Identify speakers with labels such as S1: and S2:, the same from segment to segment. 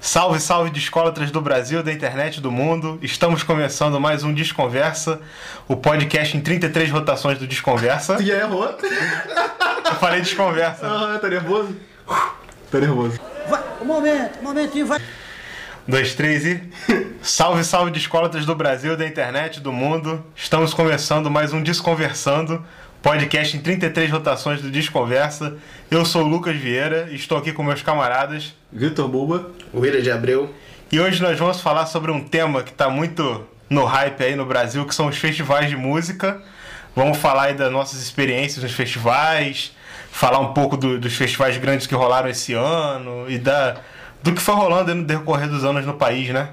S1: Salve, salve discólatras do Brasil, da internet, do mundo. Estamos começando mais um Desconversa, o podcast em 33 rotações do Desconversa.
S2: E aí, errou?
S1: Eu falei Desconversa.
S2: Ah, tá nervoso? Tá nervoso.
S3: Vai, um momento, um momentinho, vai.
S1: Um, Dois, três e. Salve, salve discólatras do Brasil, da internet, do mundo. Estamos começando mais um Desconversando, podcast em 33 rotações do Desconversa. Eu sou o Lucas Vieira e estou aqui com meus camaradas.
S2: Vitor Buba.
S4: William de Abreu.
S1: E hoje nós vamos falar sobre um tema que está muito no hype aí no Brasil, que são os festivais de música. Vamos falar aí das nossas experiências nos festivais, falar um pouco do- dos festivais grandes que rolaram esse ano e da, do que foi rolando aí no decorrer dos anos no país, né?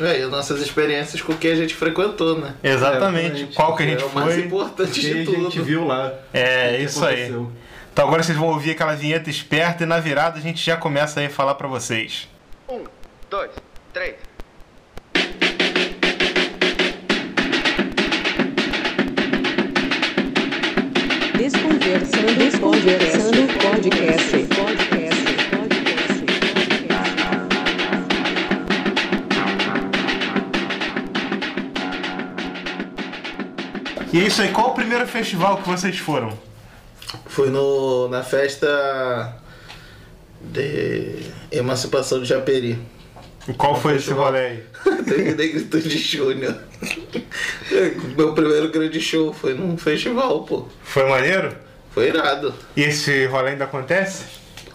S2: É.
S4: É, e as nossas experiências com o que a gente frequentou, né?
S1: Exatamente.
S2: Exatamente.
S1: Qual que a gente
S4: é o mais
S1: foi.
S4: importante
S2: E
S4: de
S2: a
S4: tudo.
S2: gente viu lá.
S1: É,
S2: o que
S1: isso aí.
S2: aconteceu.
S1: Então agora vocês vão ouvir aquela vinheta esperta e na virada a gente já começa aí a falar pra vocês.
S5: Um, dois, três.
S6: Desconversando, desconversando, podcast, podcast, podcast.
S1: E é isso aí, qual o primeiro festival que vocês foram?
S4: Fui no, na festa de emancipação de Japeri.
S1: E qual foi esse
S4: festival.
S1: rolê aí?
S4: Teve Negritude Júnior. Meu primeiro grande show foi num festival, pô.
S1: Foi maneiro?
S4: Foi irado.
S1: E esse rolê ainda acontece?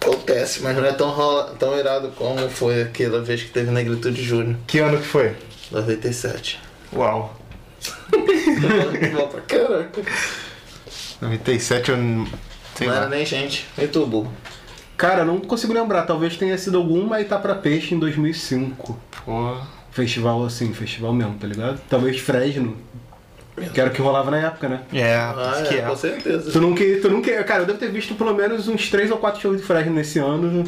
S4: Acontece, mas não é tão, rola- tão irado como foi aquela vez que teve Negritude Júnior,
S1: Que ano que foi?
S4: 97.
S1: Uau.
S4: Bom pra caraca.
S1: 97 eu. não- Sei
S4: Não era
S1: lá.
S4: nem gente, nem tubo.
S2: Cara, não consigo lembrar. Talvez tenha sido alguma Itapra Peixe em 2005.
S1: Pô.
S2: Festival assim, festival mesmo, tá ligado? Talvez Fresno. Que era o que rolava na época, né?
S1: É,
S4: Ah,
S1: que
S4: é,
S1: é.
S4: com certeza.
S2: Tu nunca, tu nunca. Cara, eu devo ter visto pelo menos uns 3 ou 4 shows de Fresno nesse ano.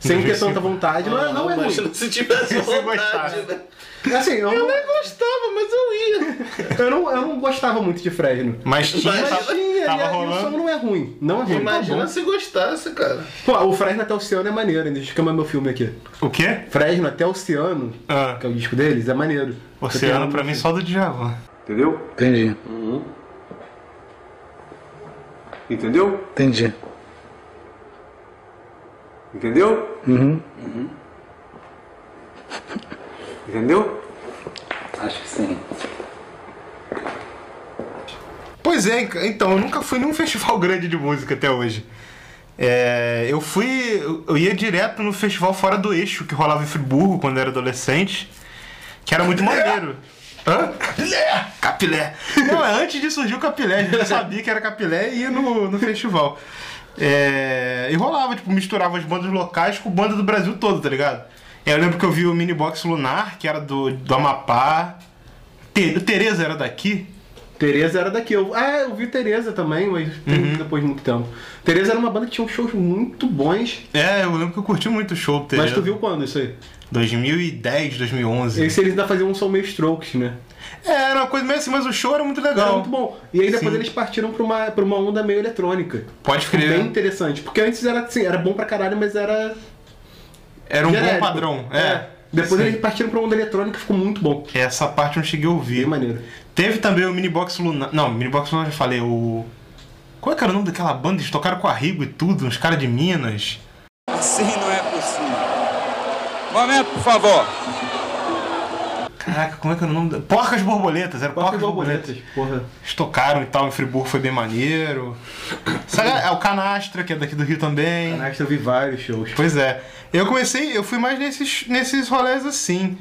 S2: Sem ter
S1: 2005.
S2: tanta vontade. Não, é- não é
S4: Ah, mas
S2: ruim.
S4: se tivesse
S1: você
S4: vontade,
S1: gostasse.
S4: né?
S2: Assim, eu,
S4: Eu
S2: não-
S4: nem gostava, mas eu ia.
S2: eu, não, eu não gostava muito de Fresno.
S1: Mas tinha,
S4: Mas
S1: tava,
S2: Sim, e
S1: tava
S2: aí o som
S1: rolando.
S2: não é ruim. Não é ruim.
S4: Imagina
S2: Tá
S4: se gostasse, cara.
S2: bom. Pô, o Fresno até Oceano é maneiro, ainda chama meu filme aqui.
S1: O quê?
S2: Fresno até Oceano,
S1: Ah.
S2: que é o disco deles, é maneiro.
S4: um
S1: Oceano pra mim só do Djavan.
S7: Entendeu? Uhum.
S8: Entendi,
S7: Entendeu?
S8: entendi.
S7: Entendeu? Uhum. Entendeu?
S8: Acho que sim.
S1: Pois é, então, eu nunca fui em nenhum festival grande de música até hoje. É, eu fui. Eu ia direto no festival Fora do Eixo, que rolava em Friburgo quando eu era adolescente, que era muito maneiro. Hã? Capilé! Capilé! Não, é antes de surgir o capilé, a gente já sabia que era capilé e ia no, no festival. É, e rolava, tipo, misturava as bandas locais com banda do Brasil todo, tá ligado? Eu lembro que eu vi o Minibox Lunar, que era do, do Amapá. Te- Tereza era daqui?
S2: Tereza era daqui. Eu, ah, eu vi Tereza também, mas
S1: Uhum.
S2: tem depois de muito tempo. Tereza era uma banda que tinha uns shows muito bons.
S1: É, eu lembro que eu curti muito o show do Tereza.
S2: Mas tu viu quando isso aí?
S1: 2010, 2011.
S2: Esse eles ainda faziam um som meio strokes, né?
S1: É, era uma coisa meio assim, mas o show era muito legal.
S2: Era muito bom. E aí depois
S1: Sim.
S2: eles partiram pra uma, pra uma onda meio eletrônica.
S1: Pode crer.
S2: Bem interessante. Porque antes era assim, era bom pra caralho, mas era
S1: Era um bom
S2: Genérico.
S1: padrão. É.
S2: Depois
S1: Sim. É,
S2: eles partiram pra onda eletrônica, ficou muito bom.
S1: Essa parte eu não cheguei a ouvir.
S2: Bem maneiro.
S1: Teve também o Minibox Lunar. Não, Minibox Lunar eu já falei. O. Qual é que era o nome daquela banda? Eles tocaram com a Rigo e tudo, uns caras de Minas.
S9: Assim não é possível. Momento, por favor.
S1: Caraca, como é que era o nome da. Porcas Borboletas, era Porcas, Borboletas.
S2: porra.
S1: Eles tocaram e tal, em Friburgo foi bem maneiro. Sabe, é o Canastra, que é daqui do Rio também.
S2: Caraca, eu vi vários shows.
S1: Pois é. Eu comecei, eu fui mais nesses, nesses rolês assim.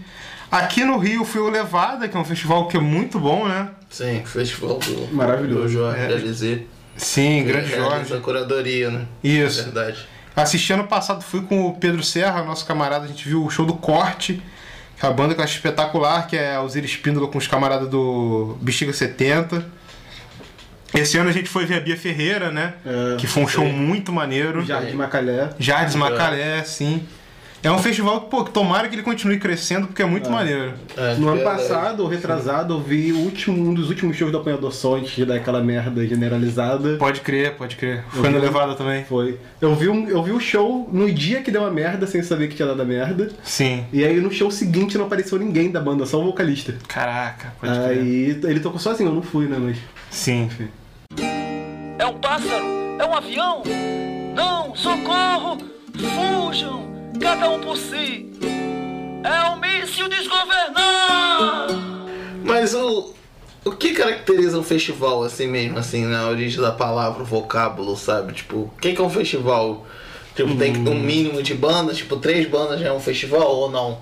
S1: Aqui no Rio fui o Levada, que é um festival que é muito bom, né?
S4: Sim, festival do.
S2: Maravilhoso.
S4: Do Jorge
S1: É.
S4: é. Alizé.
S1: Sim, Grande
S4: Ele realiza
S1: Jorge.
S4: a curadoria, né?
S1: Isso.
S4: Verdade.
S1: Assisti ano passado, fui com o Pedro Serra, nosso camarada, a gente viu o show do Corte, que é a banda que eu acho espetacular, que é Alzira Espíndola com os camaradas do Bexiga 70. Esse ano a gente foi ver a Bia Ferreira, né?
S2: É.
S1: que foi um show muito maneiro.
S2: Jardim de Macalé.
S1: Jardim Macalé, sim. É um festival que, pô, que tomara que ele continue crescendo, porque é muito maneiro.
S4: É,
S2: No ano
S4: verdade.
S2: passado, ou retrasado, eu vi o último, um dos últimos shows do Apanhador Sol antes de dar aquela merda generalizada.
S1: Pode crer, pode crer. Foi na
S2: vi-
S1: levada também.
S2: Foi. Eu vi, um, eu vi o show no dia que deu a merda, sem saber que tinha dado a merda.
S1: Sim.
S2: E aí no show seguinte não apareceu ninguém da banda, só o vocalista.
S1: Caraca, pode crer.
S2: Aí ele tocou sozinho, eu não fui, né, mas.
S1: Sim.
S10: É um pássaro? É um avião? Não, socorro! Fujam! Cada um por si! É um míssil desgovernado!
S4: Mas o. O que caracteriza um festival assim mesmo, assim, na origem da palavra, o vocábulo, sabe? Tipo, o que que é um festival? Tipo, tem
S1: Hum.
S4: que ter um mínimo de bandas, tipo, três bandas já é um festival ou não?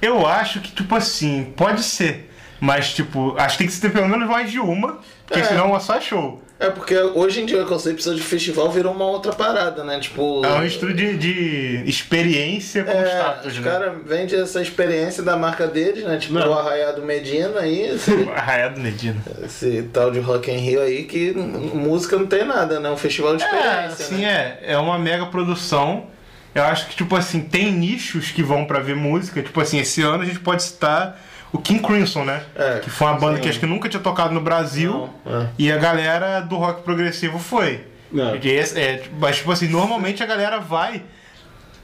S1: Eu acho que, tipo assim, pode ser. Mas, tipo, acho que tem que ter pelo menos mais de uma, porque
S4: É.
S1: senão é só show.
S4: É porque hoje em dia a concepção de festival virou uma outra parada, né? Tipo.
S1: É um mistura de, de experiência com
S4: É,
S1: status,
S4: os
S1: né?
S4: caras vendem essa experiência da marca deles, né? Tipo,
S2: Não.
S4: o Arraiado Medina aí, esse,
S1: Arraiado Medina.
S4: esse tal de Rock in Rio aí, que n- música não tem nada, né? Um festival de
S1: É,
S4: experiência,
S1: assim,
S4: né?
S1: é. É uma mega produção. Eu acho que, tipo assim, tem nichos que vão pra ver música. Tipo assim, esse ano a gente pode citar o King Crimson, né?
S4: É,
S1: que foi uma banda que acho que nunca tinha tocado no Brasil.
S4: Não, é.
S1: E a galera do rock progressivo foi.
S2: É.
S1: E esse- é, tipo, mas, tipo assim, normalmente a galera vai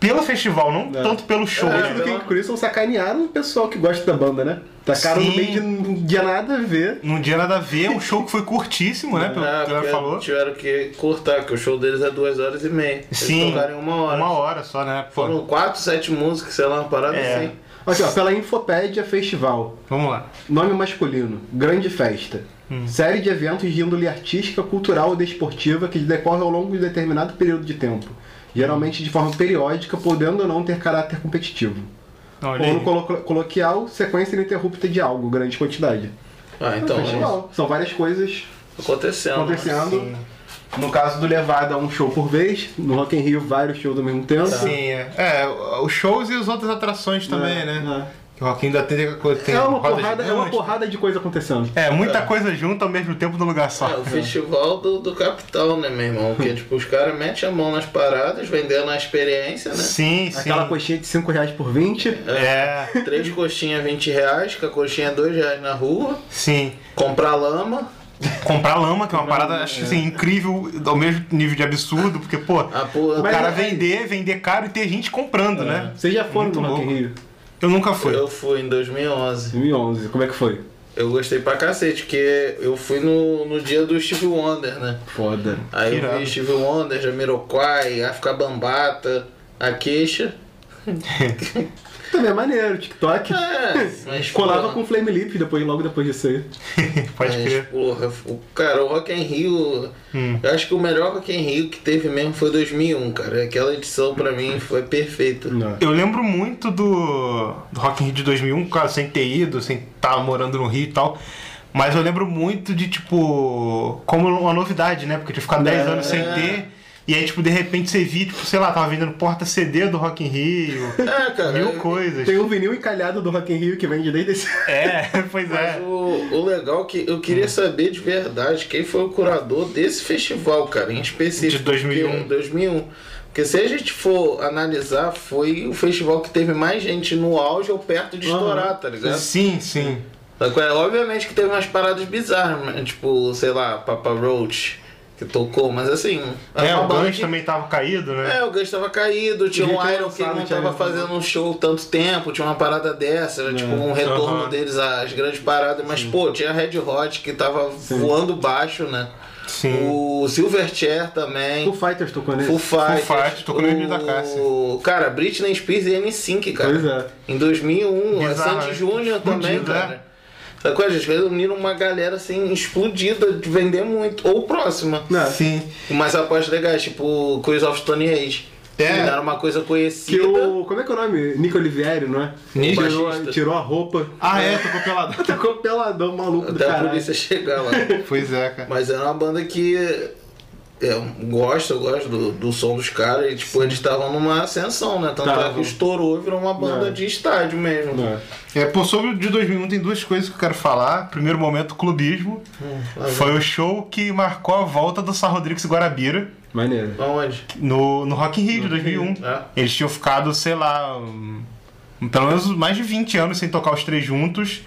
S1: pelo festival, não
S4: É.
S1: tanto pelo show.
S2: Hoje do King Crimson sacanearam o um pessoal que gosta da banda, né? Tacaram
S1: Sim.
S2: no meio de, de nada a ver.
S1: Num dia nada a ver, um show que foi curtíssimo, né? Pelo
S4: É,
S1: que a galera
S4: porque
S1: falou.
S4: tiveram que cortar, que o show deles é duas horas e meia. Eles
S1: Sim.
S4: tocaram em uma hora.
S1: Uma hora só, né? Pô,
S4: Foram quatro, sete músicas, sei lá, uma parada
S1: É.
S4: assim.
S2: Aqui, ó, pela Infopédia Festival.
S1: Vamos lá.
S2: Nome masculino: Grande Festa.
S1: Hum.
S2: Série de eventos de índole artística, cultural ou desportiva que decorre ao longo de um determinado período de tempo. Geralmente de forma periódica, podendo ou não ter caráter competitivo.
S1: Olha
S2: Ou
S1: aí.
S2: no colo- coloquial, sequência ininterrupta de algo, grande quantidade.
S4: Ah, então,
S2: Festival. São várias coisas
S4: acontecendo. né?
S2: acontecendo. Então, No caso do Levada, um show por vez. No Rock in Rio, vários shows ao mesmo tempo.
S1: Sim, é. É, os shows e as outras atrações também, né?
S2: É.
S1: Que O Rock ainda tem coisa. Tem
S2: É uma,
S1: roda
S2: porrada, é uma
S1: gigante.
S2: porrada de coisa acontecendo.
S1: É, muita coisa junta ao mesmo tempo no lugar só.
S4: É, o festival do, do capital, né, meu irmão? Porque, tipo, os caras metem a mão nas paradas, vendendo a experiência, né?
S1: Sim, sim.
S2: Aquela coxinha de 5 reais por 20.
S1: É,
S4: Três coxinhas, 20 reais, que a coxinha é 2 reais na rua.
S1: sim.
S4: Comprar lama.
S1: Comprar lama, que é uma parada, acho assim, incrível, ao mesmo nível de absurdo, porque, pô,
S4: Ah, pô,
S1: o cara
S4: eu-
S1: vender, vender caro e ter gente comprando, né?
S2: Vocês já foram
S1: Muito
S2: no Rock in
S1: louco.
S2: Rio?
S1: Eu nunca fui.
S4: Eu fui em 2011.
S2: 2011. Como é que foi?
S4: Eu gostei pra cacete, porque eu fui no, no dia do Steve Wonder, né?
S2: Foda.
S4: Aí
S1: Que
S4: eu
S1: irado.
S4: vi Steve Wonder, Jamiroquai, África Bambata, a queixa.
S2: Também é maneiro, TikTok.
S4: É, mas,
S2: Colava
S4: porra,
S2: com Flame Lips depois, logo depois disso aí.
S1: Pode
S4: mas,
S1: crer. Hum.
S4: porra, o, cara, o Rock in Rio, eu acho que o melhor Rock in Rio que teve mesmo foi 2001, cara. Aquela edição pra mim foi perfeita.
S1: Eu lembro muito do, do Rock in Rio de 2001, claro, sem ter ido, sem estar morando no Rio e tal. Mas eu lembro muito de, tipo, como uma novidade, né? Porque tinha ficado
S4: É.
S1: 10 anos sem ter. E aí, tipo, de repente você via, tipo, sei lá, tava vendendo porta CD do Rock in Rio,
S4: É, cara.
S1: mil
S4: eu-
S1: coisas.
S2: Tem um vinil encalhado do Rock in Rio que vende desde esse...
S1: É, pois é. Hum.
S4: O, o legal é que eu queria saber de verdade quem foi o curador desse festival, cara, em específico.
S1: De 2001.
S4: Porque, 2001. Porque se a gente for analisar, foi o festival que teve mais gente no auge ou perto de estourar, tá ligado?
S1: Sim, sim.
S4: Só que, é, Obviamente que teve umas paradas bizarras, mas, tipo, sei lá, Papa Roach, que tocou, mas assim. era
S1: É,
S4: uma
S1: o
S4: banda
S1: Guns
S4: que-
S1: também tava caído, né?
S4: É, o Guns tava caído, tinha
S2: Ele
S4: um
S2: tinha
S4: Iron que
S2: lançado,
S4: não
S2: tinha
S4: tava
S2: lançado.
S4: fazendo um show tanto tempo, tinha uma parada dessa, era tipo um retorno
S1: É. Aham.
S4: deles às grandes paradas, mas pô, tinha Red Hot que tava voando baixo, né?
S1: Sim.
S4: O Silverchair também.
S2: Foo Fighters tocou nesse.
S4: Foo Fighters.
S1: Foo Fighters, tocou no meio da Cássia.
S4: o... Cara, Britney Spears e N5, cara.
S2: Pois é.
S4: Em 2001, a
S1: Bizarro,
S4: Sandy
S1: né?
S4: Júnior também,
S1: Explodido,
S4: cara. Sabe qual é, gente? Eles uniram uma galera assim, explodida, de vender muito, ou próxima.
S2: Não,
S1: Sim.
S4: Mas apostas legais, tipo Quiz of Stone Age.
S1: É.
S4: Que Era uma coisa conhecida.
S2: Que o... Como é que é o nome? Nico Olivieri, não é?
S4: Nico.
S2: Tirou, a-
S4: Baixista.
S2: tirou a roupa.
S1: Ah, é, tocou pelado.
S2: Ficou peladão, maluco do
S4: Até a
S2: caralho.
S4: polícia chegar lá.
S1: pois é, cara.
S4: Mas era uma banda que. é, Eu gosto, eu gosto do, do som dos caras. E, tipo, eles estavam numa ascensão, né? Tanto é que
S2: Tavam.
S4: estourou e virou uma banda
S2: É.
S4: de estádio mesmo.
S2: Não.
S1: É, pô, sobre o de 2001 tem duas coisas que eu quero falar.
S4: Hum,
S1: Primeiro momento, clubismo. Foi o show que marcou a volta do Sá Rodrigues e Guarabira.
S2: Maneiro.
S4: Aonde?
S1: No, no Rock in Rio de 2001.
S4: É.
S1: Eles tinham ficado, sei lá, um, pelo menos mais de 20 anos sem tocar os três juntos.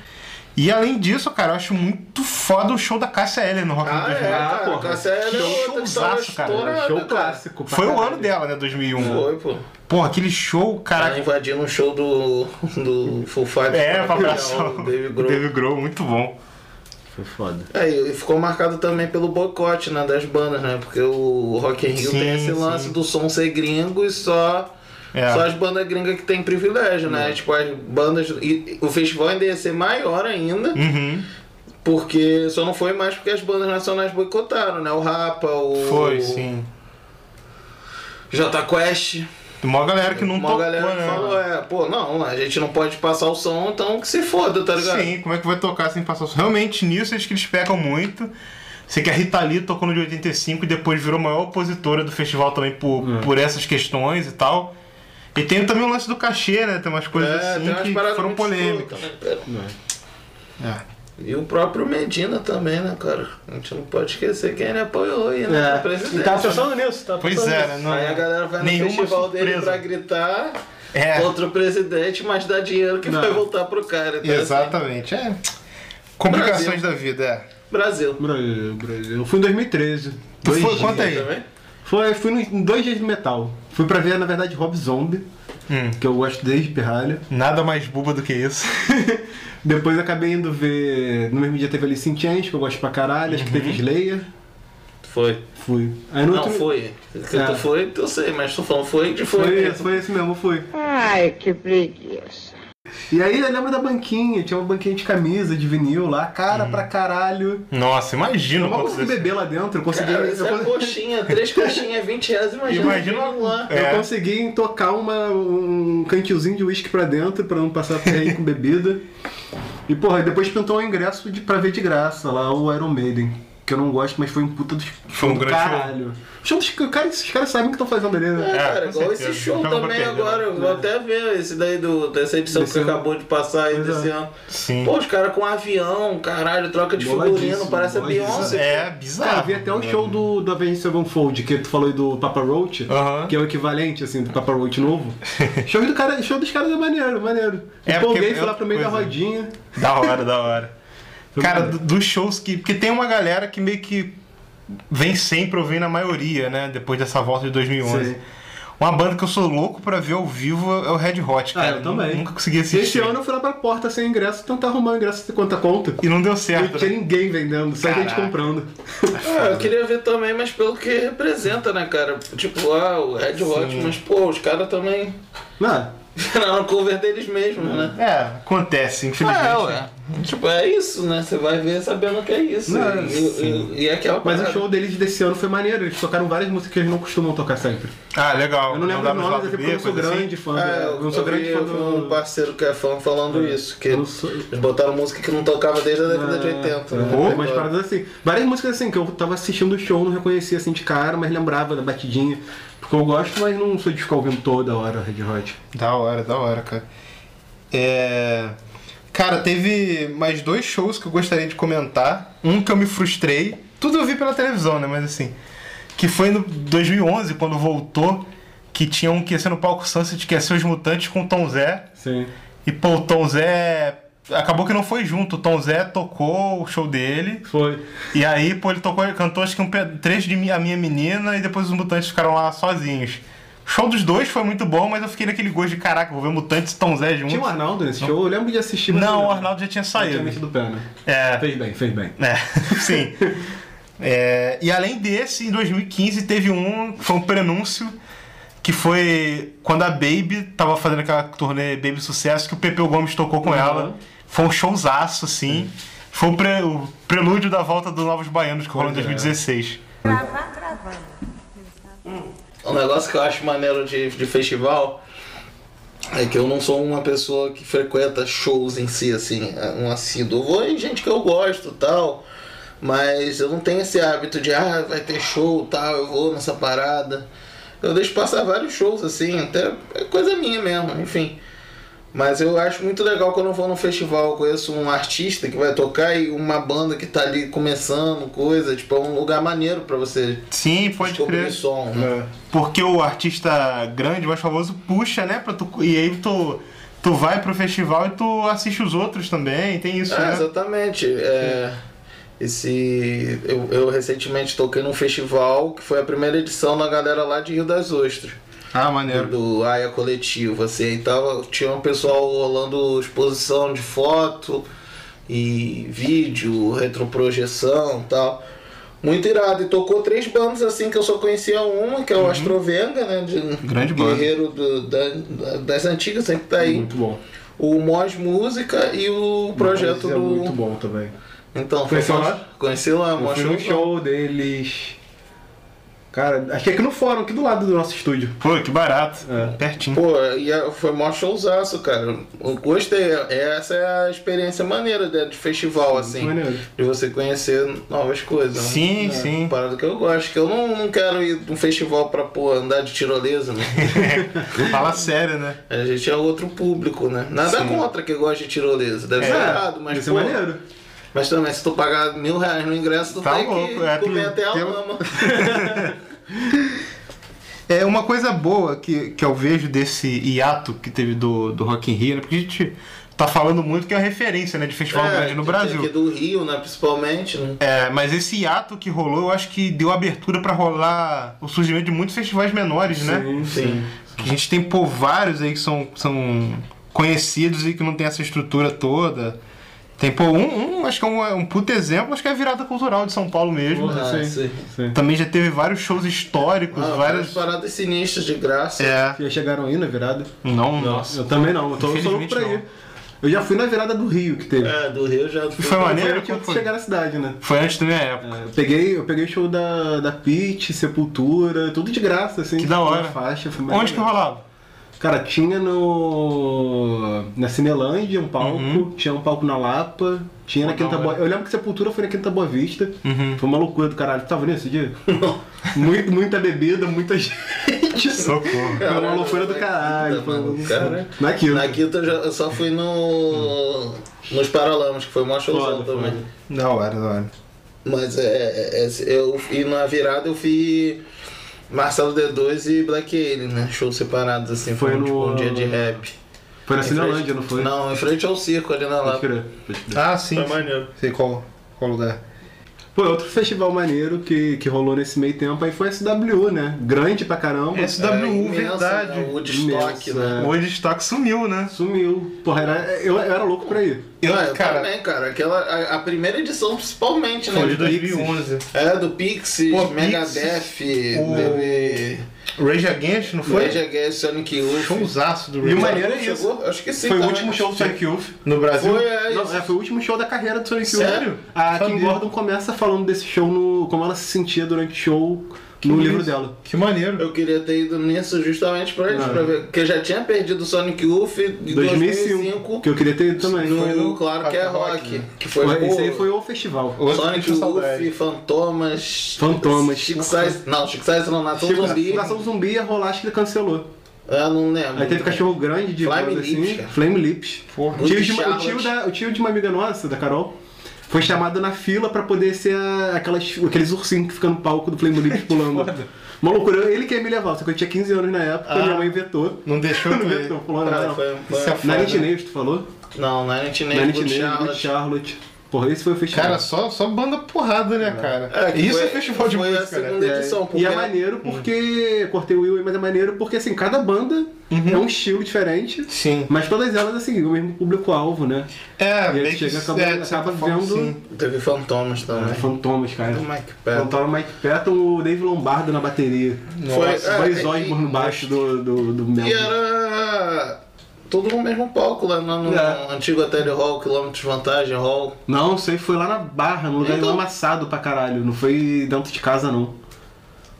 S1: E além disso, cara, eu acho muito foda o show da Cássia Eller no Rock in Rio.
S4: Ah, é,
S1: 2001.
S4: cara.
S2: porra.
S4: Cássia Eller é
S1: Show-
S4: outra que tava
S1: showzaço, cara.
S4: estourada,
S2: Show
S4: cara.
S2: clássico. pra
S1: tá, um. Foi o
S2: caralho.
S1: ano dela, né, 2001.
S4: é. Foi, pô.
S1: Porra, aquele show,
S4: Cara,
S1: caraca.
S4: invadindo um show do, do Full Fighters.
S1: É, pra abraçar
S4: abraçar
S1: o
S4: David Grohl.
S1: David Grohl, muito bom.
S2: Foi foda.
S4: É, e ficou marcado também pelo boicote né, das bandas, né? Porque o Rock in Rio
S1: Sim,
S4: tem esse
S1: sim.
S4: lance do som ser gringo e só,
S1: É.
S4: só as bandas gringas que tem privilégio, né? Tipo, as bandas. E, o festival ainda ia ser maior ainda,
S1: Uhum.
S4: porque só não foi mais porque as bandas nacionais boicotaram, né? O Rapa, o.
S1: Foi, sim.
S4: J Quest.
S1: Mó galera que não
S4: Uma
S1: tocou,
S4: galera que
S1: né?
S4: falou, é, pô, não, a gente não pode passar o som, então que se foda, tá ligado?
S1: Sim, como é que vai tocar sem passar o som? Realmente, nisso acho que eles pecam muito. Sei que a Rita Lee tocou no de 85 e depois virou maior opositora do festival também por, por essas questões e tal. E tem também o lance do cachê, né? Tem umas coisas
S4: É,
S1: assim
S4: tem umas
S1: que
S4: paradas
S1: foram
S4: muito né?
S1: polêmicas.
S4: escrotas, né?
S1: É.
S4: E o próprio Medina também, né, cara? A gente não pode esquecer quem ele apoiou aí,
S1: um
S4: né? O
S2: É.
S4: presidente.
S2: Tava pensando nisso, tá?
S1: Pois é, né? Não,
S4: aí a galera vai no
S1: nenhuma
S4: festival dele
S1: surpresa.
S4: pra gritar
S1: É.
S4: contra o presidente, mas dá dinheiro que
S2: Não.
S4: vai voltar pro cara. tá?
S1: Exatamente, é. Complicações
S4: Brasil.
S1: da vida, é.
S4: Brasil.
S2: Brasil, Brasil. Eu fui em 2013.
S1: Tu
S2: Dois
S1: foi,
S2: dias.
S1: conta aí.
S4: Também?
S2: Foi, fui no- em dois dias de metal. Fui pra ver, na verdade, Rob Zombie,
S1: Hum.
S2: que eu gosto desde pirralha.
S1: Nada mais buba do que isso.
S2: Depois acabei indo ver. No mesmo dia teve Alice in Chains, que eu gosto pra caralho. Acho que
S1: Uhum.
S2: teve Slayer.
S4: Foi.
S2: Fui. Aí no
S4: Não,
S2: outro...
S4: foi. Que
S2: É.
S4: tu foi, eu sei, mas tu falando foi que foi.
S2: Foi isso, foi isso mesmo, fui.
S6: Ai, que preguiça.
S2: E aí eu lembro da banquinha, tinha uma banquinha de camisa, de vinil lá, cara
S1: Uhum.
S2: pra caralho.
S1: Nossa, imagina
S2: Eu mal
S1: quanto
S2: consegui
S1: deve-
S2: beber lá dentro, eu consegui.
S4: Cara,
S2: eu
S4: isso é
S2: consegui-
S4: coxinha, três coxinhas, 20 reais, imagina.
S1: Imagina-
S4: aquilo lá.
S1: É.
S2: Eu consegui tocar uma, um cantilzinho de uísque pra dentro pra não passar perrengue com bebida. E porra, depois pintou um ingresso de, pra ver de graça lá o Iron Maiden. Que eu não gosto, mas foi um puta dos.
S1: Foi um
S2: do
S1: grande show.
S2: caralho. Show dos, cara, esses caras sabem o que estão fazendo ali,
S4: É,
S2: né?
S4: cara,
S1: com
S4: igual
S1: certeza.
S4: esse show
S1: Não tava
S4: também
S1: perdendo.
S4: agora. Eu Vou até ver esse daí do, dessa edição
S2: Desse
S4: que
S2: ano.
S4: acabou de passar aí
S2: Pois
S4: desse
S2: é.
S4: ano.
S1: Sim.
S4: Pô, os caras com avião, caralho, troca de figurino,
S2: Boladíssimo,
S4: parece a
S2: boladíssimo.
S4: Beyoncé.
S1: É
S2: Cara,
S1: bizarro.
S2: eu vi até o show do da Avenged Sevenfold, que tu falou aí do Papa Roach,
S1: Aham.
S2: que é o equivalente, assim, do Papa Roach novo. show, do cara, show dos caras é maneiro, maneiro.
S1: É,
S2: Empolguei,
S1: porque-
S2: fui lá pro meio da
S1: pois é.
S2: rodinha.
S1: Da hora, da hora.
S2: Foi
S1: Cara,
S2: maneiro.
S1: do- dos shows que. Porque tem uma galera que meio que vem sempre ou vem na maioria, né? Depois dessa volta de 2011.
S2: Sim.
S1: Uma banda que eu sou louco pra ver ao vivo é o Red Hot,
S2: Ah,
S1: cara.
S2: eu também.
S1: Nunca consegui
S2: E
S1: assistir.
S2: esse ano eu fui lá pra porta sem ingresso, tentar arrumar o ingresso de conta a conta.
S1: E não deu
S2: Não
S1: certo.
S2: tinha
S1: Né?
S2: ninguém vendendo, só gente
S1: Caraca.
S2: comprando.
S4: É, eu queria ver também, mas pelo que representa, né, cara? Tipo, ah, o Red Hot, mas pô, os caras também
S2: Não,
S4: viraram cover deles mesmos, né?
S1: É, acontece, infelizmente.
S4: É, ué. Tipo, é isso, né? Você vai ver sabendo que é isso.
S2: Não,
S4: e, e, e, e aquela
S2: mas o
S4: parada.
S2: show deles desse ano foi maneiro, eles tocaram várias músicas que eles não costumam tocar sempre.
S1: Ah, legal.
S2: Eu não lembro
S1: dá
S2: os
S1: nos
S2: nomes,
S1: lado
S2: até porque
S1: B,
S2: eu não sou
S1: coisa assim.
S2: grande fã.
S4: É,
S2: do-
S4: eu,
S2: eu não sou grande fã
S4: um
S2: do.
S4: parceiro que é fã falando isso, que
S2: eu não sou- É.
S4: eles botaram música que não tocava desde a década de 80. né?
S2: Pô,
S4: Agora.
S2: umas paradas assim. Várias músicas assim, que eu tava assistindo o show, não reconhecia assim de cara, mas lembrava da batidinha. Porque eu gosto, mas não sou de ficar ouvindo toda hora Red Hot.
S1: Da hora, da hora, cara. É... Cara, teve mais dois shows que eu gostaria de comentar. Um que eu me frustrei. Tudo eu vi pela televisão, né? Mas assim. Que foi no 2011, quando voltou. Que tinha um que ia ser no palco Sunset, que ia ser os Mutantes com o Tom Zé.
S2: Sim.
S1: E pô, o Tom Zé. Acabou que não foi junto. O Tom Zé tocou o show dele.
S2: Foi.
S1: E aí, pô, ele tocou, ele cantou acho que um pe- trecho de Mi- A Minha Menina e depois os Mutantes ficaram lá sozinhos. O show dos dois foi muito bom, mas eu fiquei naquele gosto de caraca, vou ver Mutantes e Tom Zé juntos.
S2: Tinha um o Arnaldo nesse show, eu lembro de assistir. mas
S1: Não,
S2: lembro.
S1: o Arnaldo já tinha
S2: Tinha
S1: saído.
S2: metido o pé, né?
S1: É,
S2: Fez bem, fez bem.
S1: é, sim. É, e além desse, em 2015 teve um, foi um prenúncio, que foi quando a Baby tava fazendo aquela turnê Baby Sucesso, que o Pepeu Gomes tocou com ela. Foi um showzaço, assim. Foi o, pre- o prelúdio da volta dos Novos Baianos, que rolou em 2016.
S4: Um negócio que eu acho maneiro de, de festival é que eu não sou uma pessoa que frequenta shows em si, assim, um assíduo. Eu vou em gente que eu gosto e tal, mas eu não tenho esse hábito de, ah, vai ter show tal, eu vou nessa parada. Eu deixo passar vários shows, assim, até é coisa minha mesmo, enfim. Mas eu acho muito legal quando eu vou num festival, eu conheço um artista que vai tocar e uma banda que tá ali começando, coisa, tipo, é um lugar maneiro pra você
S1: Sim, pode
S4: descobrir
S1: crer. É.
S4: som, né?
S1: Porque o artista grande, mais famoso, puxa, né? Pra tu, e aí tu, tu vai pro festival e tu assiste os outros também, tem isso,
S4: Ah,
S1: né?
S4: exatamente. É, esse, eu, eu recentemente toquei num festival que foi a primeira edição da galera lá de Rio das Ostras.
S1: Ah,
S4: do-
S1: maneiro.
S4: do Aia Coletivo, assim, aí tava, tinha um pessoal rolando exposição de foto e vídeo, retroprojeção e tal. Muito irado. E tocou três bandas assim que eu só conhecia uma, que é o Astrovenga, né? De,
S1: Uhum. Grande banda. Uhum.
S4: guerreiro do- da- da- das antigas, sempre tá aí.
S2: Muito bom.
S4: O Mos Música e o projeto
S2: Mas é
S4: do.
S2: muito bom também.
S4: Então,
S2: Conheceu
S4: foi-
S2: lá?
S4: Conheci lá,
S2: Eu fui
S4: mostra
S2: num
S4: o
S2: show deles. Cara, acho que é aqui no fórum, aqui do lado do nosso estúdio.
S1: Pô, que barato.
S2: É.
S1: Pertinho.
S4: Pô, e é- foi mó showzaço, cara. Eu gostei. Essa é a experiência maneira né, de, de festival, assim.
S2: maneiro.
S4: De você conhecer novas coisas.
S1: Sim,
S4: né?
S1: sim.
S4: Uma Parada que eu gosto. Que eu não, não quero ir num festival pra, pô, andar de tirolesa, né?
S1: Fala sério, né?
S4: a gente é outro público, né? Nada contra que gosta de tirolesa. Deve ser errado, mas
S2: isso
S4: pô,
S2: é maneiro.
S4: Mas também, se tu pagar mil reais no ingresso, tu
S1: Tá
S4: tem
S1: louco,
S4: que
S1: é, tu-
S4: comer até a
S1: tem-
S4: lama.
S1: É uma coisa boa que, que eu vejo desse hiato que teve do, do Rock in Rio, né? Porque a gente tá falando muito que é uma referência, né? De festival grande no
S4: É, tem
S1: Brasil.
S4: Aqui do Rio, né? Principalmente, né?
S1: É, mas esse hiato que rolou, eu acho que deu abertura pra rolar o surgimento de muitos festivais menores, né?
S4: Sim.
S1: Que a gente tem pô, vários aí que são, são conhecidos e que não tem essa estrutura toda. Tem, pô, um, um acho que é um, é um puto exemplo, acho que é a virada cultural de São Paulo mesmo.
S4: Ah,
S2: sim.
S4: sim.
S1: Também já teve vários shows históricos,
S4: Ah, várias
S1: vários.
S4: assim. paradas sinistras de graça.
S1: É.
S2: Vocês já chegaram aí na virada?
S1: Não, nossa.
S2: Eu também não, eu tô eu sou louco
S1: Infelizmente,
S2: pra ir.
S1: não.
S2: Eu já fui na virada do Rio que teve.
S4: É, do Rio já
S1: Foi uma- maneiro,
S2: Foi antes
S1: como
S2: de
S1: foi?
S2: chegar na cidade, né?
S1: Foi antes da minha época.
S2: É, Eu peguei, eu peguei o show da, da Pit, Sepultura, tudo de graça, assim.
S1: Que da hora.
S2: Na faixa,
S4: É,
S2: foi
S1: Onde que
S2: rolava?
S1: rolava?
S2: Cara, tinha no. na Cinelândia um palco,
S1: Uhum.
S2: tinha um palco na Lapa, tinha na Quinta Boa. Eu lembro que Sepultura foi na Quinta Boa Vista.
S1: Uhum.
S2: Foi uma loucura do caralho. Tu tava nesse dia? Muito, muita bebida, muita gente.
S1: Socorro.
S2: Foi uma loucura do caralho. Foi uma... é
S4: Cara,
S2: Naquilo.
S4: Na Quinta eu, já- eu só fui no. nos Paralamas, que foi uma showzão
S2: Foda, foda.
S4: também.
S1: Da hora, da hora.
S4: Mas é, é- é- eu e na virada eu fui Marcelo D2 e Black Alien, né? Shows separados, assim, foi,
S2: Foi
S4: um, tipo,
S2: no-
S4: um dia de rap.
S2: Foi na
S4: Em
S2: Cinelândia,
S4: frente-
S2: não foi? É
S4: Não, em frente ao circo ali na
S2: Pode
S4: Lapa.
S2: crer, pode crer.
S1: Ah, sim.
S4: Foi maneiro.
S1: Sei qual, qual lugar.
S2: Pô, é outro festival maneiro que, que rolou nesse meio tempo aí foi a SW, né? Grande pra caramba.
S4: Era
S1: SWU,
S4: É, imenso,
S1: É verdade.
S4: Né? O Woodstock,
S2: Imenso,
S4: né?
S2: é.
S1: Hoje o estoque sumiu, né?
S2: Sumiu. Porra, era, eu, eu era louco pra ir.
S4: Eu, Ah, eu
S1: cara-
S4: também, né? cara. Aquela, a, a primeira edição, principalmente, né?
S1: Foi de
S4: Do Pixies.
S1: 2011.
S4: É, do Pixies,
S1: Pô,
S4: Megadeth,
S1: Pixies, o-
S4: teve...
S1: Rage Against, não foi?
S4: Rage Against, Sonic Youth.
S1: Showzaço do Rage
S2: E o
S1: Against.
S2: maneiro é isso.
S4: Chegou? Acho que sim.
S2: Foi o
S4: também.
S2: último show do Sonic Youth.
S1: No Brasil?
S4: Foi, é,
S2: Não,
S4: isso.
S2: é, foi o último show da carreira do Sonic Youth.
S4: Sério?
S2: A Kim
S1: Sabia.
S2: Gordon começa falando desse show, no, como ela se sentia durante o show no
S1: isso?
S2: livro dela.
S1: Que maneiro.
S4: Eu queria ter ido nisso justamente pra eles,
S2: Não.
S4: pra ver. Porque já tinha perdido o Sonic Youth em
S2: 2005,
S4: 2005.
S2: que eu queria ter ido também.
S4: no,
S2: Foi no-
S4: Claro que é
S1: Rock,
S4: Rock.
S1: né?
S4: Que foi
S2: Mas
S4: o
S2: Esse aí foi o festival.
S4: Sonic
S1: Deixa eu saudade.
S4: Youth, Fantomas.
S2: Fantomas.
S4: Chico Sainz. Não, Chico Sainz não, Natal
S2: Chegou na
S4: Zumbi.
S2: Fundação Zumbi ia rolar, acho que ele cancelou.
S4: Eu não lembro.
S2: Aí teve cachorro grande de
S4: Uhum. Flame
S2: banda,
S4: Lips, cara.
S2: Flame Lips.
S1: Porra.
S2: O tio, de,
S4: Good
S2: o, tio
S4: Charlotte.
S2: da, o tio de uma amiga nossa, da Carol, foi chamado na fila pra poder ser a- aquelas, aqueles ursinhos que ficam no palco do Flame Lips pulando. Uma loucura, ele queria me levar, só que eu tinha 15 anos na época,
S1: Ah.
S2: minha mãe vetou.
S1: Não deixou
S2: Não
S1: tu
S2: vetou,
S1: ir.
S2: falou
S4: Cara,
S2: não.
S4: foi, foi,
S1: Isso é
S2: Na né?
S1: foda.
S2: Nintinês, tu falou?
S4: Não, é Nine
S2: Na
S4: Nails, Good
S2: Nintinês, Good
S4: Charlotte.
S2: Charlotte. Porra, esse foi o festival.
S1: Cara, só, só banda porrada, né, cara?
S4: que
S1: Isso
S4: foi-
S1: é festival de
S4: foi a
S1: música, né?
S4: segunda edição,
S2: E
S4: porque
S2: é maneiro porque. Cortei o Will aí, mas é maneiro porque assim, cada banda é um estilo diferente.
S1: Sim.
S2: Mas todas elas, assim, o mesmo público-alvo, né?
S1: É,
S2: E
S1: meio
S2: aí chega
S1: que-
S2: acaba,
S1: é, de certa
S2: acaba
S1: forma,
S2: vendo
S1: sim.
S4: teve Fantomas também. é
S2: Fantomas, cara.
S4: Do Mike Patton.
S2: Fantomas Mike Patton, o Dave Lombardo na bateria.
S4: Foi-
S2: Nossa,
S4: é,
S2: Boris
S4: é,
S2: Osborne
S4: e-
S2: no baixo do, do, do Mel.
S4: E era tudo no mesmo palco lá no, no
S2: É.
S4: antigo Atelier Hall, Quilômetros Vantagem Hall.
S2: Não, isso aí foi lá na Barra, num lugar
S4: Então-
S2: amassado pra caralho. Não foi dentro de casa, não.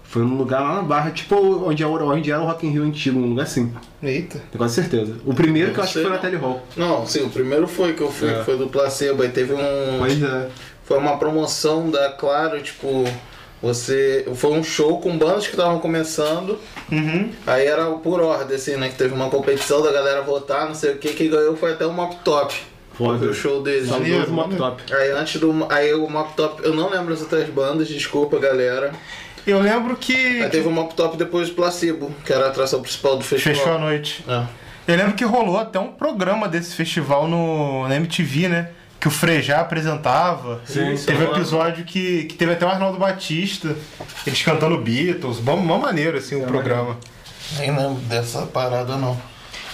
S2: Foi num lugar lá na Barra, tipo onde era, onde era o Rock in Rio antigo, um lugar assim.
S1: Eita.
S2: Tenho quase certeza. O primeiro que eu
S4: Não
S2: acho que
S4: sei
S2: foi na
S4: não.
S2: Tele Hall.
S4: Não, sim, o primeiro foi que eu fui,
S2: É.
S4: que foi do Placebo, aí teve um.
S2: Mas é.
S4: Foi uma promoção da Claro, tipo. Você. Foi um show com bandas que estavam começando.
S2: Uhum.
S4: Aí era por ordem, assim, né? Que teve uma competição da galera votar, não sei o que, que ganhou foi até o Mop Top.
S2: Foda.
S4: Foi o show deles.
S2: Saudoso tá Mop Top.
S4: Aí antes do. Aí o Mop Top. Eu não lembro as outras bandas, desculpa, galera.
S1: Eu lembro que.
S4: Aí teve um o Mop Top depois o Placebo, que era a atração principal do festival.
S1: Fechou a noite.
S2: né?
S4: É.
S1: Eu lembro que rolou até um programa desse festival no, na MTV, né? Que o Frejá apresentava.
S4: Sim, sim.
S1: teve um episódio que, que teve até o Arnaldo Batista, eles cantando Beatles. Bom, bom maneiro, assim,
S4: É
S1: o programa.
S4: Nem lembro dessa parada, não.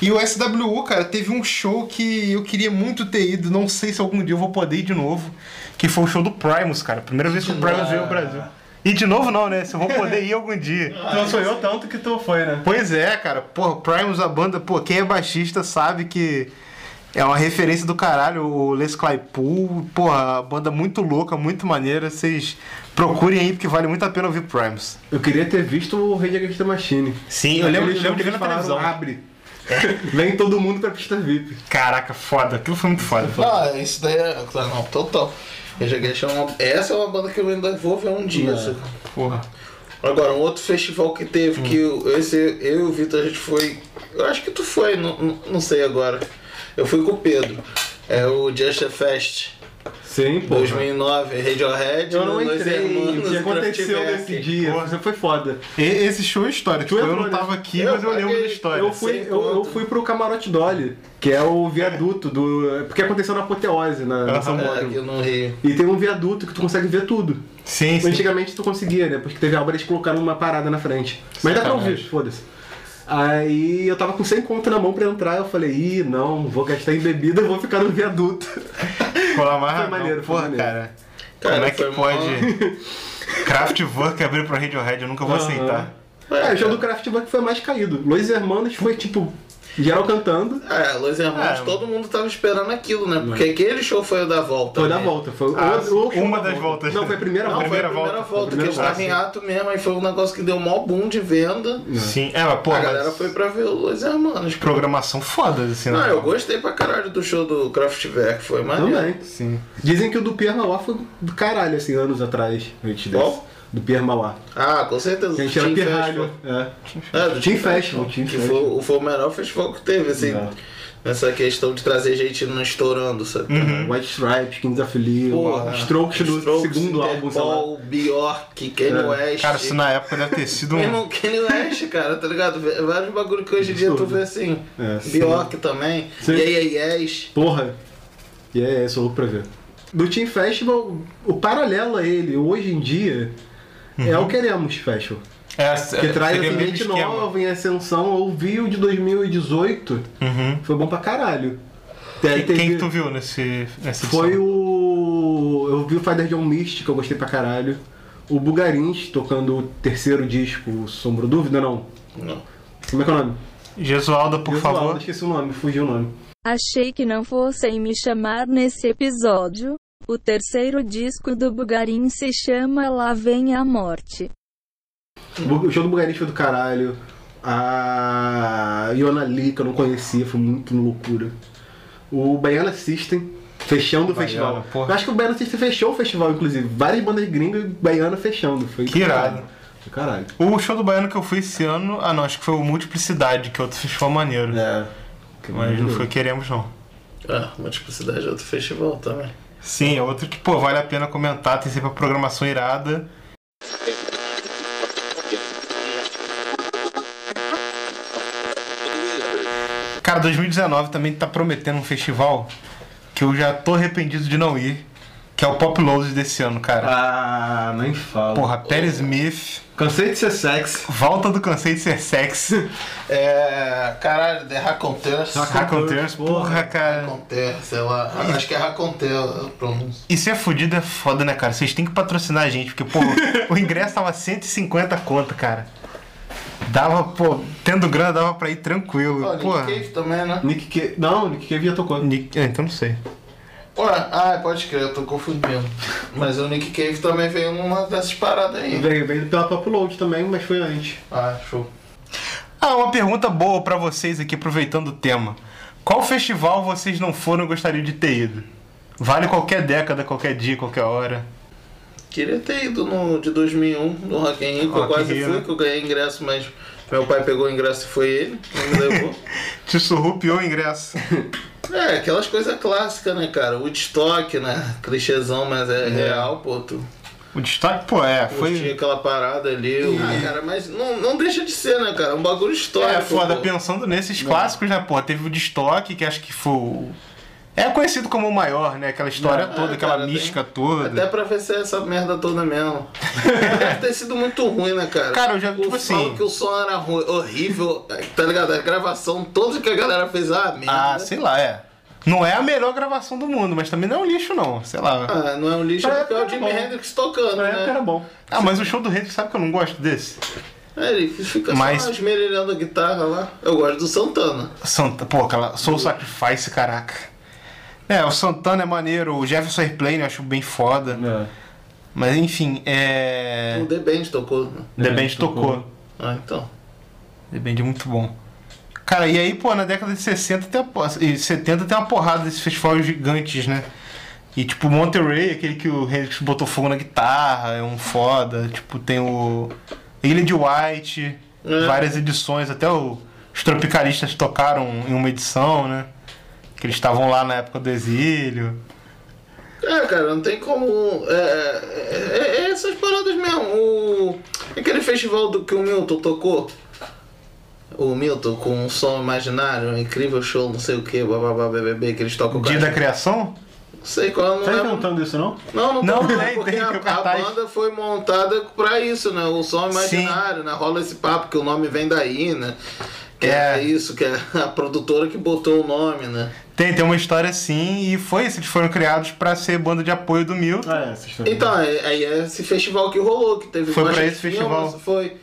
S1: E o SWU, cara, teve um show que eu queria muito ter ido. Não sei se algum dia eu vou poder ir de novo. Que foi o show do Primus, cara. Primeira vez que o Primus veio ao Brasil. E de novo não, né? Se eu vou poder ir algum dia.
S2: Não sou eu tanto que tu foi, né?
S1: Pois é, cara. Porra, Primus, a banda, pô, quem é baixista sabe que é uma referência do caralho. O Les Claypool, porra, a banda muito louca, muito maneira. Vocês procurem aí, porque vale muito a pena ouvir Primus.
S2: Eu queria ter visto o Rei Against the Machine.
S1: Sim, eu lembro-
S2: Aquele
S1: eu
S2: show
S1: lembro de ver
S2: eles
S1: na
S2: falaram,
S1: televisão.
S2: Abre. Vem todo mundo pra pista VIP.
S1: Caraca, foda. Aquilo foi muito foda.
S4: Ah, isso daí é. Claro, não, total. Eu já queria uma... Essa é uma banda que eu ainda vou ver um dia. saca?
S1: Porra.
S4: Agora, um outro festival que teve, que
S2: Hum.
S4: eu- esse, eu e o Vitor, a gente foi. Eu acho que tu foi, não, não- não sei agora. Eu fui com o Pedro. É o Just a Fest.
S2: Sim, pô.
S4: 2009, Radiohead,
S2: Eu não
S4: Dois
S2: entrei.
S4: Hermanos
S2: O que
S4: e
S2: aconteceu
S4: Kraftwerk.
S2: nesse dia? Você foi foda.
S1: E- esse show é histórico.
S2: Tu
S1: Tipo, eu
S2: entrou
S1: não
S2: nesse-
S1: tava aqui,
S4: Eu
S1: mas eu lembro da
S4: paguei-
S1: história.
S2: Eu fui,
S4: sem
S2: eu, eu
S4: conta.
S2: fui pro Camarote Dolly, que é o viaduto do. Porque aconteceu na apoteose, na, na São
S4: É,
S2: Módulo.
S4: aqui no Rio.
S2: E tem um viaduto que tu consegue ver tudo.
S1: Sim, sim.
S2: Antigamente tu conseguia, né? Porque teve a obra, eles colocaram uma parada na frente. Mas dá pra ouvir, foda-se. Aí eu tava com 100 conto na mão pra entrar, eu falei, ih, não, vou gastar em bebida, vou ficar no viaduto.
S1: Colar mais
S2: Foi
S1: rapidão.
S2: maneiro, foi
S1: Porra,
S2: maneiro.
S1: cara.
S4: Cara,
S1: Como é que
S4: foi
S1: pode Kraftwerk abrir pra Radiohead? Eu nunca vou aceitar.
S2: É, o show do Kraftwerk foi mais caído. Los Hermanos foi tipo, geral cantando,
S4: É, Los Hermanos,
S1: É.
S4: todo mundo tava esperando aquilo, né? Porque aquele show foi o da volta.
S2: foi da
S4: né?
S2: volta. Foi o-
S1: Ah,
S2: o- o show
S1: uma
S2: da
S1: das voltas.
S2: Não, foi a primeira
S4: Não,
S2: volta.
S1: primeira
S4: foi a primeira
S1: volta.
S4: volta,
S2: Foi a primeira
S4: que eles estavam em ato mesmo, aí foi um negócio que deu um maior boom de venda.
S1: Sim, é, mas, pô,
S4: a galera
S1: mas
S4: foi pra ver o Los Hermanos. cara.
S1: programação foda, assim,
S4: Não,
S1: né?
S4: eu gostei pra caralho do show do Kraftwerk, foi maneiro.
S2: Também.
S1: Sim.
S2: Dizem que o do Pierre Mauá foi do caralho, assim, anos atrás, antes desse.
S4: Qual?
S2: Do Pierre Mauá.
S4: Ah, com certeza.
S2: Que a gente
S4: do
S2: era
S4: Team
S2: pirralho.
S4: Festival.
S2: É.
S4: É, do
S2: Team
S4: Team
S2: Festival.
S4: Festival.
S2: Team
S4: Que
S2: Festival.
S4: foi, foi o melhor festival que teve, assim.
S2: É.
S4: Nessa questão de trazer gente não estourando, sabe?
S2: White Stripes, Kings of Leon,
S4: Porra,
S2: Uhum. Strokes no
S4: Strokes,
S2: segundo álbum, sei lá.
S4: Interpol, Bjork, Kanye
S2: É.
S4: West.
S1: Cara, isso na época deve ter sido
S4: Meu
S1: um.
S4: irmão, Kanye West, cara, tá ligado? Vários bagulho que hoje em dia tu
S2: Absurdo.
S4: vê assim.
S2: É, sim.
S4: Bjork também.
S2: Sim.
S4: Yeah, yeah, yes.
S2: Porra. E é, é, sou louco pra ver. Do Team Festival, o paralelo a ele, hoje em dia,
S1: Uhum.
S2: é o Queremos Festival.
S1: É,
S2: Que
S1: seria
S2: traz assim,
S1: o mesmo
S2: gente
S1: esquema.
S2: nova em ascensão. Eu vi o de 2018,
S1: Uhum.
S2: foi bom pra caralho. E aí
S1: Quem, quem
S2: teve-
S1: que tu viu nesse. nessa
S2: Foi
S1: edição?
S2: o. Eu vi o Father John Mist, que eu gostei pra caralho. O Bugarins tocando o terceiro disco, o Sombro Dúvida, não.
S4: Não.
S2: Como é que é o nome?
S1: Jesualda, por
S2: Jesualdo,
S1: favor.
S2: Esqueci o nome, fugiu o nome.
S11: Achei que não fossem me chamar nesse episódio. O terceiro disco do Bugarin se chama Lá Vem a Morte.
S2: Bu- O show do Bugarins foi do caralho. A Iona Lee, que eu não conhecia, foi muito loucura. O Baiana System, fechando o
S1: Baiana,
S2: festival.
S1: porra.
S2: Eu acho que o Baiana System fechou o festival, inclusive. Várias bandas gringas e Baiana fechando. Foi
S1: Que
S2: do caralho.
S1: irado.
S2: Do caralho.
S1: O show do Baiano que eu fui esse ano. Ah, não, acho que foi o Multiplicidade, que é outro festival maneiro.
S2: É. Uhum.
S1: Mas não foi o Queremos, não.
S4: Ah, multiplicidade é outro festival também.
S1: Sim, é outro que, pô, vale a pena comentar, tem sempre a programação irada. Cara, 2019 também tá prometendo um festival que eu já tô arrependido de não ir, que é o Pop Lows desse ano, cara.
S2: Ah, nem fala.
S1: Porra, Perry Smith,
S2: Cansei de ser sexy.
S1: volta do cansei de ser sexy,
S4: É. Caralho, The Raconteurs.
S1: Raconteurs, porra, cara.
S4: Raconteurs, sei lá. Acho que é Raconteurs a pronúncia.
S1: Isso é fudido, é foda, né, cara? Vocês têm que patrocinar a gente, porque, pô, o ingresso tava 150 conto, cara. Dava, pô, tendo grana dava pra ir tranquilo.
S4: Ó,
S1: pô,
S4: Nick Cave também, né?
S2: Nick Cave. Não, Nick Cave já tocou.
S1: Nick... ah, então não sei.
S4: Ué, ah, pode crer, eu tô confundindo. Mas o Nick Cave também veio numa dessas paradas aí.
S2: Veio, veio pela Pop Load também, mas foi antes.
S4: Ah, show.
S1: Ah, uma pergunta boa pra vocês aqui, aproveitando o tema. Qual festival vocês não foram e gostariam de ter ido? Vale qualquer década, qualquer dia, qualquer hora.
S4: Queria ter ido no, de 2001 no Rock in Rio, que eu
S1: Rock in
S4: quase
S1: Rio,
S4: fui,
S1: né?
S4: que eu ganhei ingresso, mas meu pai pegou o ingresso e foi ele, que me levou.
S1: Te surrupiou o ingresso.
S4: É, aquelas coisas clássicas, né, cara? Woodstock, né? Clichêzão, mas é, real, pô. Tu
S1: O destaque, pô, é,
S4: curtia
S1: foi.
S4: aquela parada ali. o- Ah, cara, mas não, não deixa de ser, né, cara? É um bagulho histórico.
S1: É foda,
S4: pô.
S1: pensando nesses clássicos, né, pô, teve o destoque, que acho que foi. o- É conhecido como o maior, né? Aquela história toda,
S4: É,
S1: aquela
S4: cara, tem-
S1: mística toda.
S4: Até pra ver se é essa merda toda mesmo. Deve ter sido muito ruim, né, cara?
S1: Cara, eu já,
S4: O
S1: tipo assim-
S4: falo que o som era ruim, horrível, tá ligado? A gravação, tudo que a galera fez, ah, merda.
S1: Ah, sei lá, é. Não é a melhor gravação do mundo, mas também não é um lixo, não. Sei lá.
S4: Ah, não é um lixo
S2: Pra
S4: porque é o
S2: época
S4: Jimi
S2: era bom.
S4: Hendrix tocando,
S2: Na época era
S4: né?
S2: bom.
S1: Ah, mas o show do Hendrix, sabe que eu não gosto desse?
S4: É, ele fica
S1: Mas-
S4: só esmerilhando a guitarra lá. Eu gosto do Santana.
S1: Santa, pô, aquela Soul Sacrifice, caraca. É, o Santana é maneiro, o Jefferson Airplane eu acho bem foda.
S2: É.
S1: Mas enfim, é.
S4: O The Band tocou. né?
S1: The Band tocou.
S4: Ah, então.
S1: The Band é muito bom. Cara, e aí, pô, na década de 60 tem uma, po- e 70 tem uma porrada desses festivais gigantes, né? E tipo, Monterey, aquele que o Hendrix botou fogo na guitarra, é um foda. Tipo, tem o. Ilha de White,
S4: É.
S1: várias edições, até o- os tropicalistas tocaram em uma edição, né? Que eles estavam lá na época do exílio.
S4: É, cara, não tem como. É, é- é- é essas paradas mesmo. O, aquele festival do que o Milton tocou. O Milton com um som imaginário, um incrível show, não sei o que, bababá, BBB, que eles tocam
S1: Dia
S4: cara.
S1: da Criação?
S4: Não sei qual, não
S2: Tá
S4: lembro.
S2: inventando isso, não?
S4: Não, não,
S1: Não,
S4: tem,
S1: tem,
S4: porque
S1: tem,
S4: a,
S1: que o
S4: a
S1: cartaz-
S4: banda foi montada pra isso, né? O som imaginário, né? Rola esse papo que o nome vem daí, né? Que é,
S1: É.
S4: isso, que é a produtora que botou o nome, né?
S1: Tem, tem uma história assim, e foi isso, eles foram criados pra ser banda de apoio do Milton.
S2: Ah, é, essa história.
S4: Então, aí aí é esse festival que rolou, que teve
S1: Foi pra
S4: mostra de
S1: esse festival?
S4: Foi.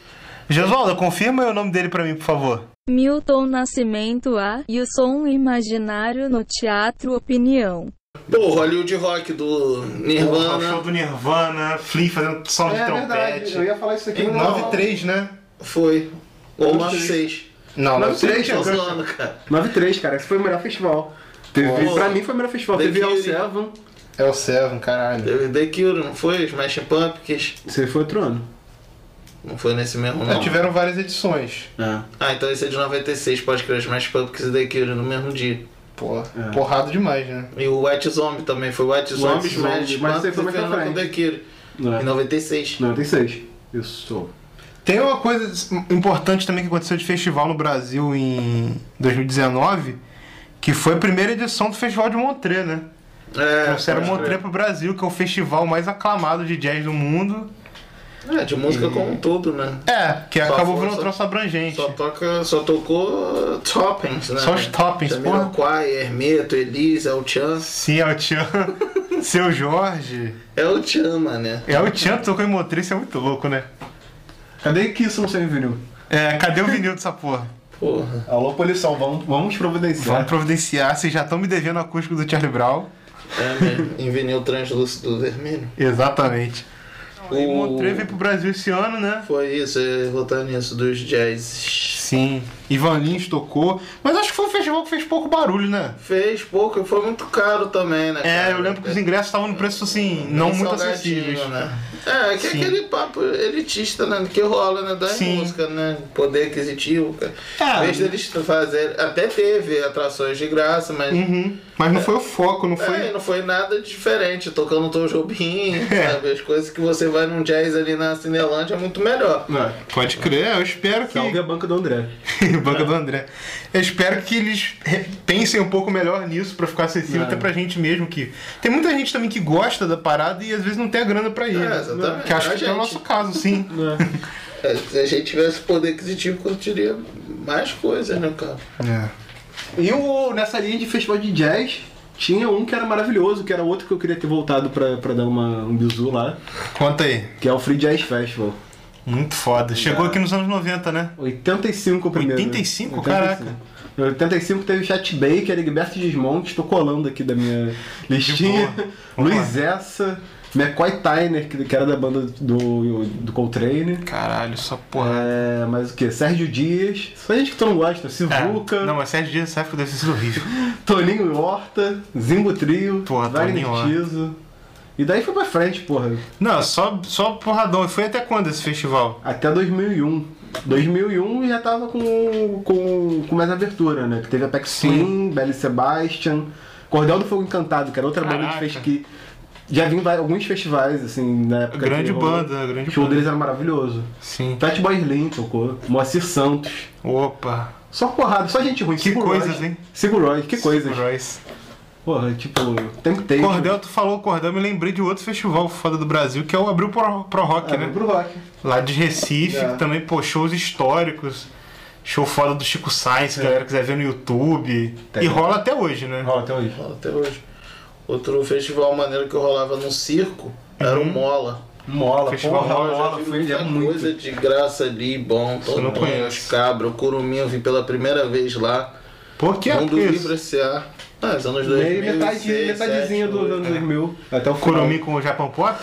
S1: Jesualdo, confirma aí o nome dele pra mim, por favor.
S11: Milton Nascimento A e o som imaginário no Teatro Opinião.
S4: Pô, Hollywood Rock do
S1: Porra, o
S4: Nirvana
S1: show do Nirvana, Flea fazendo som de
S2: é
S1: trompete.
S2: verdade, eu ia falar isso aqui.
S4: Em
S2: no-
S1: 9-3, né?
S4: foi. Ou 96.
S1: Não,
S2: Não,
S1: 9-3
S2: três,
S4: Tô
S1: é
S4: zoando, né, cara.
S2: 9-3, cara, esse foi o melhor festival. Teve,
S4: Pô.
S2: pra mim foi o melhor festival.
S4: The
S2: Teve El
S4: Cure.
S2: Seven.
S1: É o 7, caralho.
S4: Teve The Cure, não foi? Smash Pumpkins.
S2: Você foi outro ano.
S4: Não foi nesse mesmo,
S1: Já
S4: não.
S1: tiveram várias edições.
S2: É.
S4: Ah, então esse é de 96, pode crer. Smash Pumpkins e The Cure no mesmo dia.
S1: Pô,
S4: É.
S1: porrada demais, né?
S4: E o White Zombie também. Foi White
S2: Zombie,
S4: Zombie, Smash
S2: mas você
S4: Pumpkins
S2: foi mais
S4: e
S2: pra
S4: Fernando com The
S2: frente.
S4: Cure. Em
S2: É.
S4: 96.
S2: 96. Isso.
S1: Tem uma coisa importante também que aconteceu de festival no Brasil em 2019, que foi a primeira edição do Festival de Montreux, né?
S4: É,
S1: Trouxeram
S4: pode
S1: Montreux pro Brasil, que é o festival mais aclamado de jazz do mundo.
S4: crer. É, de música como um todo, né?
S1: É, que
S4: Só
S1: acabou
S4: foi-
S1: virando um
S4: só-
S1: troço abrangente.
S4: Só toca, só tocou uh, toppings, né?
S1: Só os toppings, porra.
S4: Jamiroquai, Hermeto, Elisa, El Chan.
S1: Sim, é o Tchan. Seu Jorge.
S4: É o Chan, né?
S1: É o Tchan que tocou em Montreux, isso é muito louco, né?
S2: Cadê que isso não saiu em vinil?
S1: É, cadê o vinil dessa porra?
S4: Porra.
S2: Alô, poluição, vamos, vamos
S1: Vamos
S2: providenciar.
S1: providenciar, vocês já estão me devendo o acústico do Charlie Brown.
S4: É mesmo. Em vinil translúcido vermelho.
S1: Exatamente. E
S4: O-
S1: Montreux veio pro Brasil esse ano, né?
S4: Foi isso, é, voltando nisso dos jazz.
S1: Sim. Ivan Lins tocou. Mas acho que foi um festival que fez pouco barulho, né?
S4: Fez pouco e foi muito caro também, né?
S1: É,
S4: cara?
S1: eu lembro que os ingressos estavam no preço, assim, não
S4: Bem
S1: muito
S4: salgadinho,
S1: acessíveis.
S4: Né? É, que é
S1: Sim.
S4: aquele papo elitista, né? Que rola, né? Das
S1: Sim.
S4: músicas, né? Poder aquisitivo, cara.
S1: Ah,
S4: Em vez deles fazer. Até teve atrações de graça, mas.
S1: Uhum. Mas não foi o foco, não
S4: É, Foi.
S1: foi...
S4: não foi nada diferente, tocando Tom Jobim,
S2: É.
S4: sabe? As coisas que você vai num jazz ali na Cinelândia é muito melhor.
S2: É.
S1: Pode crer, eu espero que...
S2: Salve a banca do André.
S1: Banca do André. Eu espero que eles re- pensem um pouco melhor nisso pra ficar acessível
S2: É.
S1: até pra gente mesmo que tem muita gente também que gosta da parada e às vezes não tem a grana pra ir.
S4: É,
S1: né?
S4: exatamente.
S1: Que acho
S4: A
S1: que é o
S4: gente.
S1: nosso caso, sim.
S4: É, Se a gente tivesse poder aquisitivo, curtiria mais coisas, né, cara?
S2: E o- nessa linha de festival de jazz, tinha um que era maravilhoso, que era outro que eu queria ter voltado pra, pra dar uma, um bizu lá,
S1: Conta aí.
S2: que é o Free Jazz Festival.
S1: Muito foda. Chegou aqui nos anos 90, né?
S2: 85 o primeiro.
S1: 85?
S2: 85.
S1: Caraca.
S2: Em 85 teve Chat Baker, Egberto Desmonte, tô colando aqui da minha listinha.
S1: De boa. Vamos
S2: Luiz Essa, McCoy Tyner, que, que era da banda do, do Coltrane.
S1: Caralho, só
S2: É, mas o que? Sérgio Dias, só gente que tu não gosta,
S4: É.
S2: Sivuca,
S1: É. Não, mas Sérgio Dias sabe que deve ter sido horrível.
S2: Toninho Horta, Zimbo Trio,
S1: Porra,
S2: Wagner
S1: Toninho Horta.
S2: Tiso. E daí foi pra frente, porra.
S1: Não, só, só porradão. E foi até quando esse festival?
S2: Até 2001. 2001 já tava com, com, com mais abertura, né? Que teve a Pax Twin, Belly Sebastian, Cordel do Fogo Encantado, que era outra banda de
S1: Caraca.
S2: fez que já vim em vai- alguns festivais, assim, na época.
S1: Grande
S2: que rolou.
S1: banda, né? grande
S2: O show
S1: banda.
S2: deles era maravilhoso.
S1: Sim.
S2: Fat Boy Slim tocou, Moacir Santos.
S1: Opa.
S2: Só porrada, só gente ruim.
S1: Que
S2: Sigur Rós.
S1: coisas, hein?
S2: Sigur Rós, que coisas.
S1: Royce.
S2: Porra, tipo, tempo tem.
S1: Cordel, tu falou Cordel, eu me lembrei de outro festival foda do Brasil, que é o Abril Pro, Pro Rock,
S2: é,
S1: né?
S2: pro rock.
S1: Lá de Recife,
S2: É.
S1: que também, pô, shows históricos. Show foda do Chico Sainz, se a galera quiser ver no YouTube.
S2: É. Tem.
S1: E rola até hoje, né?
S2: Rola até hoje.
S4: Até hoje. Outro festival maneiro que eu rolava num circo era o Mola.
S2: Mola,
S1: Festival
S2: porra,
S1: Rola,
S2: mola,
S4: Vi
S2: foi, Uhum. é
S4: muita
S2: muito.
S4: coisa de graça ali, bom,
S1: não
S4: Tontonho,
S1: conheço.
S4: os cabra, o Curumim eu vi pela primeira vez lá. Um
S1: Por que é
S2: um
S4: Mundo
S1: isso?
S4: Livre S.A. Ah, os anos 2000,
S2: Meio metade, metadezinha dos anos 2000. Até o final.
S1: Kurumi com o Japão Pop?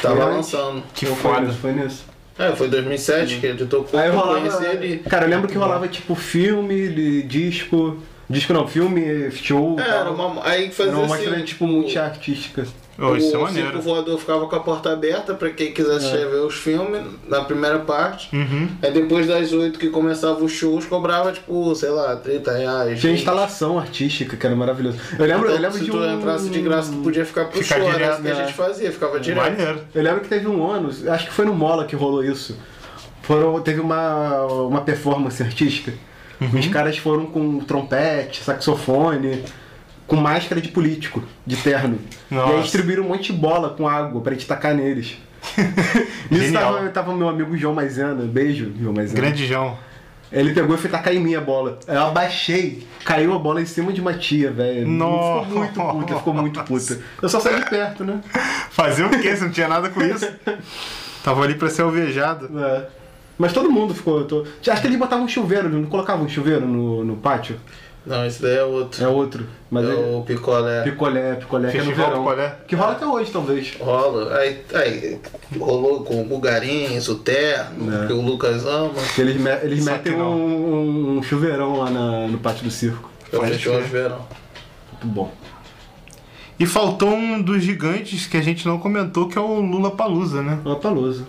S4: Tava
S2: Realmente.
S4: lançando.
S1: Que
S2: Foi
S1: foda.
S2: nisso, Foi nisso.
S4: É, foi 2007 que ele tocou,
S2: Aí
S4: eu
S2: rolava.
S4: conheci ele.
S2: Cara, eu lembro que rolava tipo filme, de- disco. Disco não, filme, show.
S4: É,
S2: tal.
S4: era uma, aí fazia
S2: Era uma
S4: assim,
S2: mostra tipo multiartística.
S1: Ô, um isso é
S4: o circo
S1: maneiro.
S4: voador ficava com a porta aberta pra quem quisesse
S2: É.
S4: ver os filmes na primeira parte.
S1: Uhum.
S4: Aí depois das 8 que começava os shows, cobrava tipo, sei lá, 30 reais.
S2: Tinha instalação artística, que era maravilhoso. Eu lembro, eu
S4: Então,
S2: lembro
S4: se
S2: de
S4: tu
S2: um.
S4: entrasse de graça, tu podia ficar pro
S1: Ficar
S4: show.
S1: direto,
S4: era isso que a
S1: né?
S4: gente fazia, ficava direto.
S1: Maneiro.
S2: Eu lembro que teve um ano, acho que foi no Mola que rolou isso. Foram, teve uma, uma performance artística.
S1: Uhum.
S2: Os caras foram com trompete, saxofone, com máscara de político, de terno. E
S1: Nossa.
S2: aí distribuíram um monte de bola com água pra gente tacar neles. Nisso
S1: Genial.
S2: tava, tava meu amigo João Maizena, beijo, João Maizena.
S1: Grande João.
S2: Ele pegou e foi tacar em mim a bola. Eu abaixei, caiu a bola em cima de uma tia, velho.
S1: Nossa.
S2: Ficou muito puta, ficou muito puta. Eu só saí de perto, né?
S1: Fazer o quê? Você não tinha nada com isso? Tava ali pra ser alvejado.
S2: É. Mas todo mundo ficou. tô- Acho que eles botavam um chuveiro, não colocavam um chuveiro no, no pátio.
S4: Não, esse daí é outro.
S2: É outro. Mas
S4: É
S2: é.
S4: o picolé.
S2: Picolé, picolé, que é no
S1: Festival
S2: verão.
S1: Picolé.
S2: Que rola até hoje, talvez.
S4: Rola. Aí, aí rolou com o Bugarins, o Terno,
S2: É.
S4: que o Lucas ama.
S2: Que eles, me- eles
S1: Só
S2: metem
S1: que não.
S2: um, um chuveirão lá na- no pátio do circo.
S4: que é o
S1: Pode
S4: festival
S1: crer.
S4: de verão.
S2: Muito bom.
S1: E faltou um dos gigantes que a gente não comentou, que é o Lula Palusa, né?
S2: Uma palusa.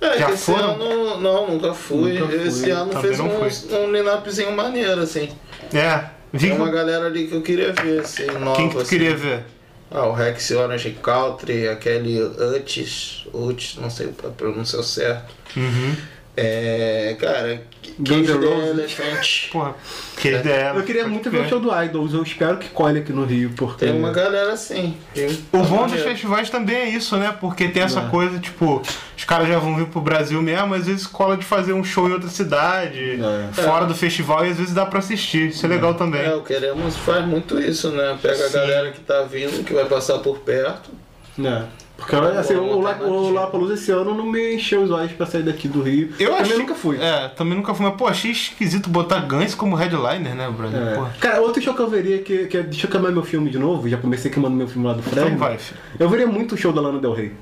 S4: É,
S1: Já
S4: que esse
S1: foram?
S4: ano. Não, nunca fui.
S2: Nunca fui.
S4: Esse ano
S1: Também
S4: fez
S1: não
S4: um,
S1: fui.
S4: um line-upzinho maneiro, assim.
S1: É. Vi
S4: Tem
S1: que-
S4: uma galera ali que eu queria ver, assim, nova.
S1: quem que tu
S4: assim.
S1: queria ver?
S4: Ah, o Rex Orange Country, aquele Utis, Utis, não sei a pronúncia certo.
S1: Uhum.
S4: É, cara,
S2: Guns
S4: Cage
S2: N'
S4: the
S2: Roses.
S4: Elephant.
S1: Porra, que é ideia.
S2: Eu queria muito ver o show do Idols, eu espero que colhe aqui no Rio, porque.
S4: Tem uma galera assim. de-
S1: é. O bom dos
S4: maneiro.
S1: festivais também é isso, né? Porque tem essa coisa, tipo, os caras já vão vir pro Brasil mesmo, às vezes cola de fazer um show em outra cidade,
S2: É.
S1: fora do festival, e às vezes dá pra assistir. Isso é legal também.
S4: É, o Queremos faz muito isso, né? Pega a
S1: Sim.
S4: galera que tá vindo, que vai passar por perto.
S2: né? Porque assim,
S4: Boa,
S2: o, La- o
S4: alternativa.
S2: Lollapalooza esse ano não me encheu os olhos pra sair daqui do Rio. Também nunca fui.
S1: É, também nunca fui. Mas, pô, achei esquisito botar Guns como headliner, né, brother?
S2: É.
S1: Porra.
S2: Cara, outro show que eu veria que, que é- Deixa eu queimar meu filme de novo, já comecei queimando meu filme lá do Fred.
S1: Então vai, filho.
S2: Eu veria muito o show da Lana Del Rey.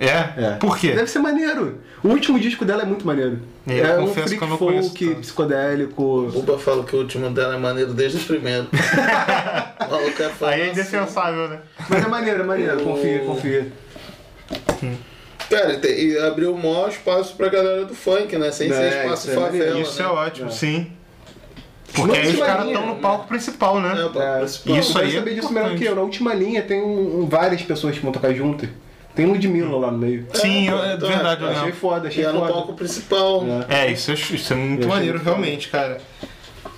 S1: É?
S2: É.
S1: Por quê?
S2: Deve ser maneiro. O último disco dela é muito maneiro.
S1: Eu
S2: é um
S1: confesso
S2: freak
S1: que eu não conheço
S2: folk,
S1: tanto.
S4: O
S2: psicodélico.
S4: Buba fala que o último dela é maneiro desde o primeiro. o maluco é fã.
S1: Aí é
S4: assim.
S1: indefensável, né?
S2: Mas é maneiro, é maneiro.
S4: O-
S2: Confia, confia.
S4: Cara, e tem- e abriu o maior espaço pra galera do funk, né? Sem
S2: É,
S4: ser espaço
S2: isso é
S4: favela.
S2: maneiro.
S1: Isso é
S4: né?
S1: ótimo,
S2: É.
S1: sim.
S2: Na
S1: Porque aí os
S2: última
S1: caras
S2: linha,
S1: estão no
S4: né?
S1: palco principal, né?
S4: É, pô,
S2: É,
S4: principal.
S1: isso
S2: você
S1: aí é
S2: saber disso melhor
S1: importante.
S2: que eu. Na última linha tem um- um- várias pessoas que vão tocar juntas. Tem um Ludmilla lá no meio.
S1: Sim,
S4: pô,
S1: é
S4: então,
S1: verdade,
S4: eu
S1: eu
S2: Achei
S1: não.
S2: foda,
S4: E
S2: achei
S4: é no
S2: foda.
S4: palco principal.
S2: É.
S1: É, isso é, isso é muito
S2: Eu achei
S1: maneiro,
S2: muito
S1: realmente, cara.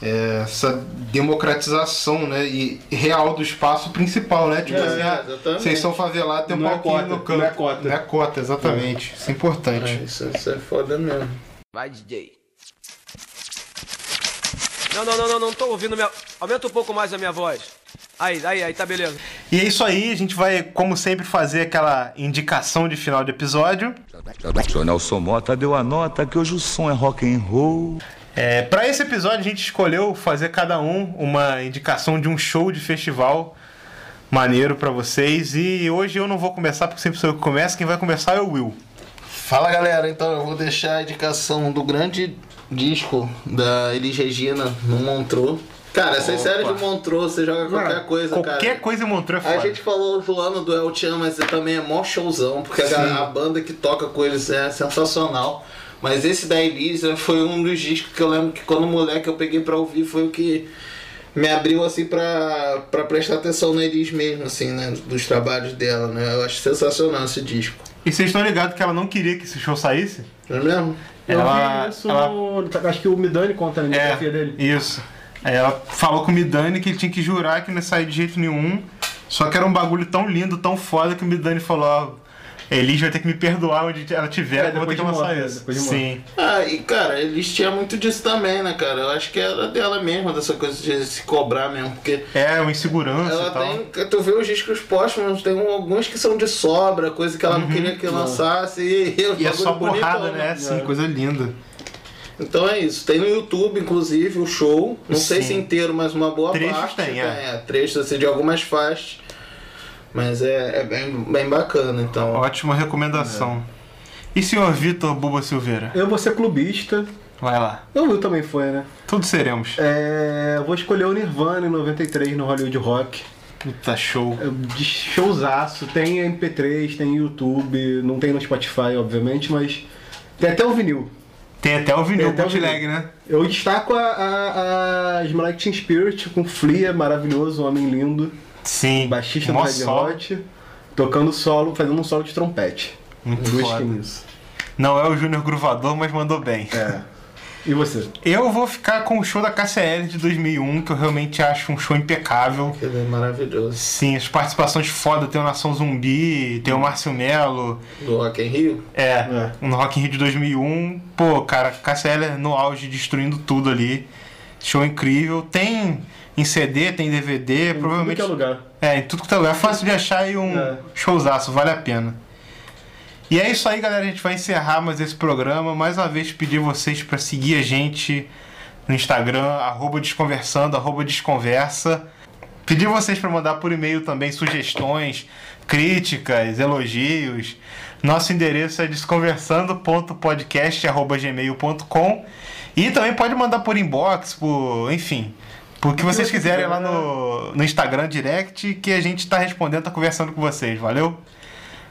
S1: É, essa democratização, né? E real do espaço principal, né? Tipo
S4: É,
S1: assim, ah,
S4: exatamente.
S1: vocês são favelados, tem um
S2: Não é
S1: palquinho
S2: cota,
S1: no canto.
S2: não é cota.
S1: Não é cota, exatamente. Isso é importante.
S4: É, Isso, isso é foda mesmo.
S5: Vai, DJ. Não, não, não, não, não tô ouvindo minha. Aumenta um pouco mais a minha voz. Aí, aí, aí, tá beleza.
S1: E é isso aí, a gente vai, como sempre, fazer aquela indicação de final de episódio.
S7: Seu Nelson Mota deu a nota que hoje o som é rock and roll.
S1: É, para esse episódio, a gente escolheu fazer cada um uma indicação de um show de festival maneiro pra vocês. E hoje eu não vou começar, porque sempre sou eu que começo. Quem vai começar é o Will.
S4: Fala galera, então eu vou deixar a indicação do grande disco da Elis Regina no Montreux, Cara, essas séries de Montreux, você joga qualquer
S1: Mano,
S4: coisa, cara.
S1: qualquer coisa em Montreux é
S4: A
S1: foda.
S4: gente falou fulano do El Chan, mas também é mó showzão, porque
S1: Sim.
S4: a, a banda que toca com eles é sensacional. Mas esse da Elisa foi um dos discos que eu lembro que quando moleque eu peguei pra ouvir foi o que me abriu assim pra, pra prestar atenção na Elis mesmo, assim, né? Dos trabalhos dela, né? Eu acho sensacional esse disco.
S1: E vocês estão ligados que ela não queria que esse show saísse?
S4: É mesmo?
S2: Eu
S1: Ela,
S2: vi isso
S1: ela-
S2: no- Acho que o Midani conta na
S1: É,
S2: biografia dele.
S1: isso. Aí ela falou com o Midani que ele tinha que jurar que não ia sair de jeito nenhum. Só que era um bagulho tão lindo, tão foda que o Midani falou: ó, Elis vai ter que me perdoar onde ela tiver,
S2: É,
S1: eu vou ter
S2: depois
S1: que
S2: de
S1: lançar
S2: morta,
S1: isso.
S2: depois de morta.
S1: Sim.
S4: Ah, e cara, eles tinham muito disso também, né, cara? Eu acho que era dela mesmo, dessa coisa de se cobrar mesmo, porque.
S1: É, uma insegurança
S4: Ela
S1: e tal.
S4: tem. Tu vê os discos póstumos, tem um- alguns que são de sobra, coisa que ela não queria que lançasse. E,
S1: Uhum. E é
S4: um
S1: só
S4: bagulho
S1: porrada,
S4: bonitão,
S1: né? Sim, coisa linda.
S4: Então é isso. Tem no YouTube, inclusive, o show. Não sei
S1: Sim.
S4: se inteiro, mas uma boa
S1: Trechos
S4: parte.
S1: tem, é.
S4: trechos assim, de algumas faixas. Mas é, é bem, bem bacana, então.
S1: Ótima recomendação. E senhor Vitor Buba Silveira?
S2: Eu vou ser clubista.
S1: Vai lá.
S2: Eu Will também foi, né?
S1: Todos seremos.
S2: É, eu vou escolher o Nirvana em 93 no Hollywood Rock.
S1: Puta show.
S2: É, De showzaço. Tem MP3, tem YouTube. Não tem no Spotify, obviamente, mas tem até o vinil.
S1: Tem até o vinil
S2: Tem até o
S1: bootleg, né?
S2: Eu destaco a, a, a Smells Like Teen Spirit com Flea, maravilhoso, um homem lindo.
S1: Sim.
S2: Um Baixista do
S1: Mó
S2: Red
S1: solo.
S2: Hot. Tocando solo, fazendo um solo de trompete.
S1: Muito foda.
S2: Busquem isso.
S1: Não é o Júnior Gruvador, mas mandou bem.
S2: É. E você?
S1: Eu vou ficar com o show da KCL de 2001, que eu realmente acho um show impecável.
S4: que é maravilhoso.
S1: Sim, as participações foda, tem o Nação Zumbi, tem o Márcio Melo,
S4: Do Rock in Rio.
S1: é,
S2: É.
S1: no Rock in Rio de 2001. Pô, cara, KCL é no auge, destruindo tudo ali. Show incrível. Tem em CD, tem DVD,
S2: Em tudo
S1: provavelmente...
S2: que é lugar.
S1: É, em tudo que tá lugar. É fácil de achar e um
S2: É.
S1: showzaço, vale a pena. E é isso aí, galera. A gente vai encerrar mais esse programa. Mais uma vez, pedir vocês para seguir a gente no Instagram, arroba desconversando, arroba desconversa. Pedir vocês para mandar por e-mail também sugestões, críticas, elogios. Nosso endereço é desconversando.podcast.gmail.com E também pode mandar por inbox, por. enfim. Por que né? vocês quiserem lá no, no Instagram direct que a gente está respondendo, tá conversando com vocês, valeu?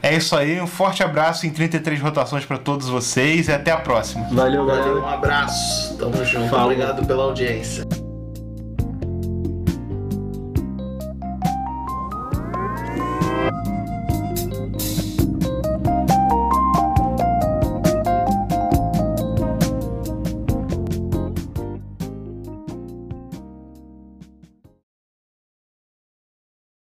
S1: É isso aí, um forte abraço em 33 rotações para todos vocês e até a próxima.
S2: Valeu, galera.
S4: Valeu, um abraço. Tamo junto.
S2: Falou.
S4: Obrigado pela audiência.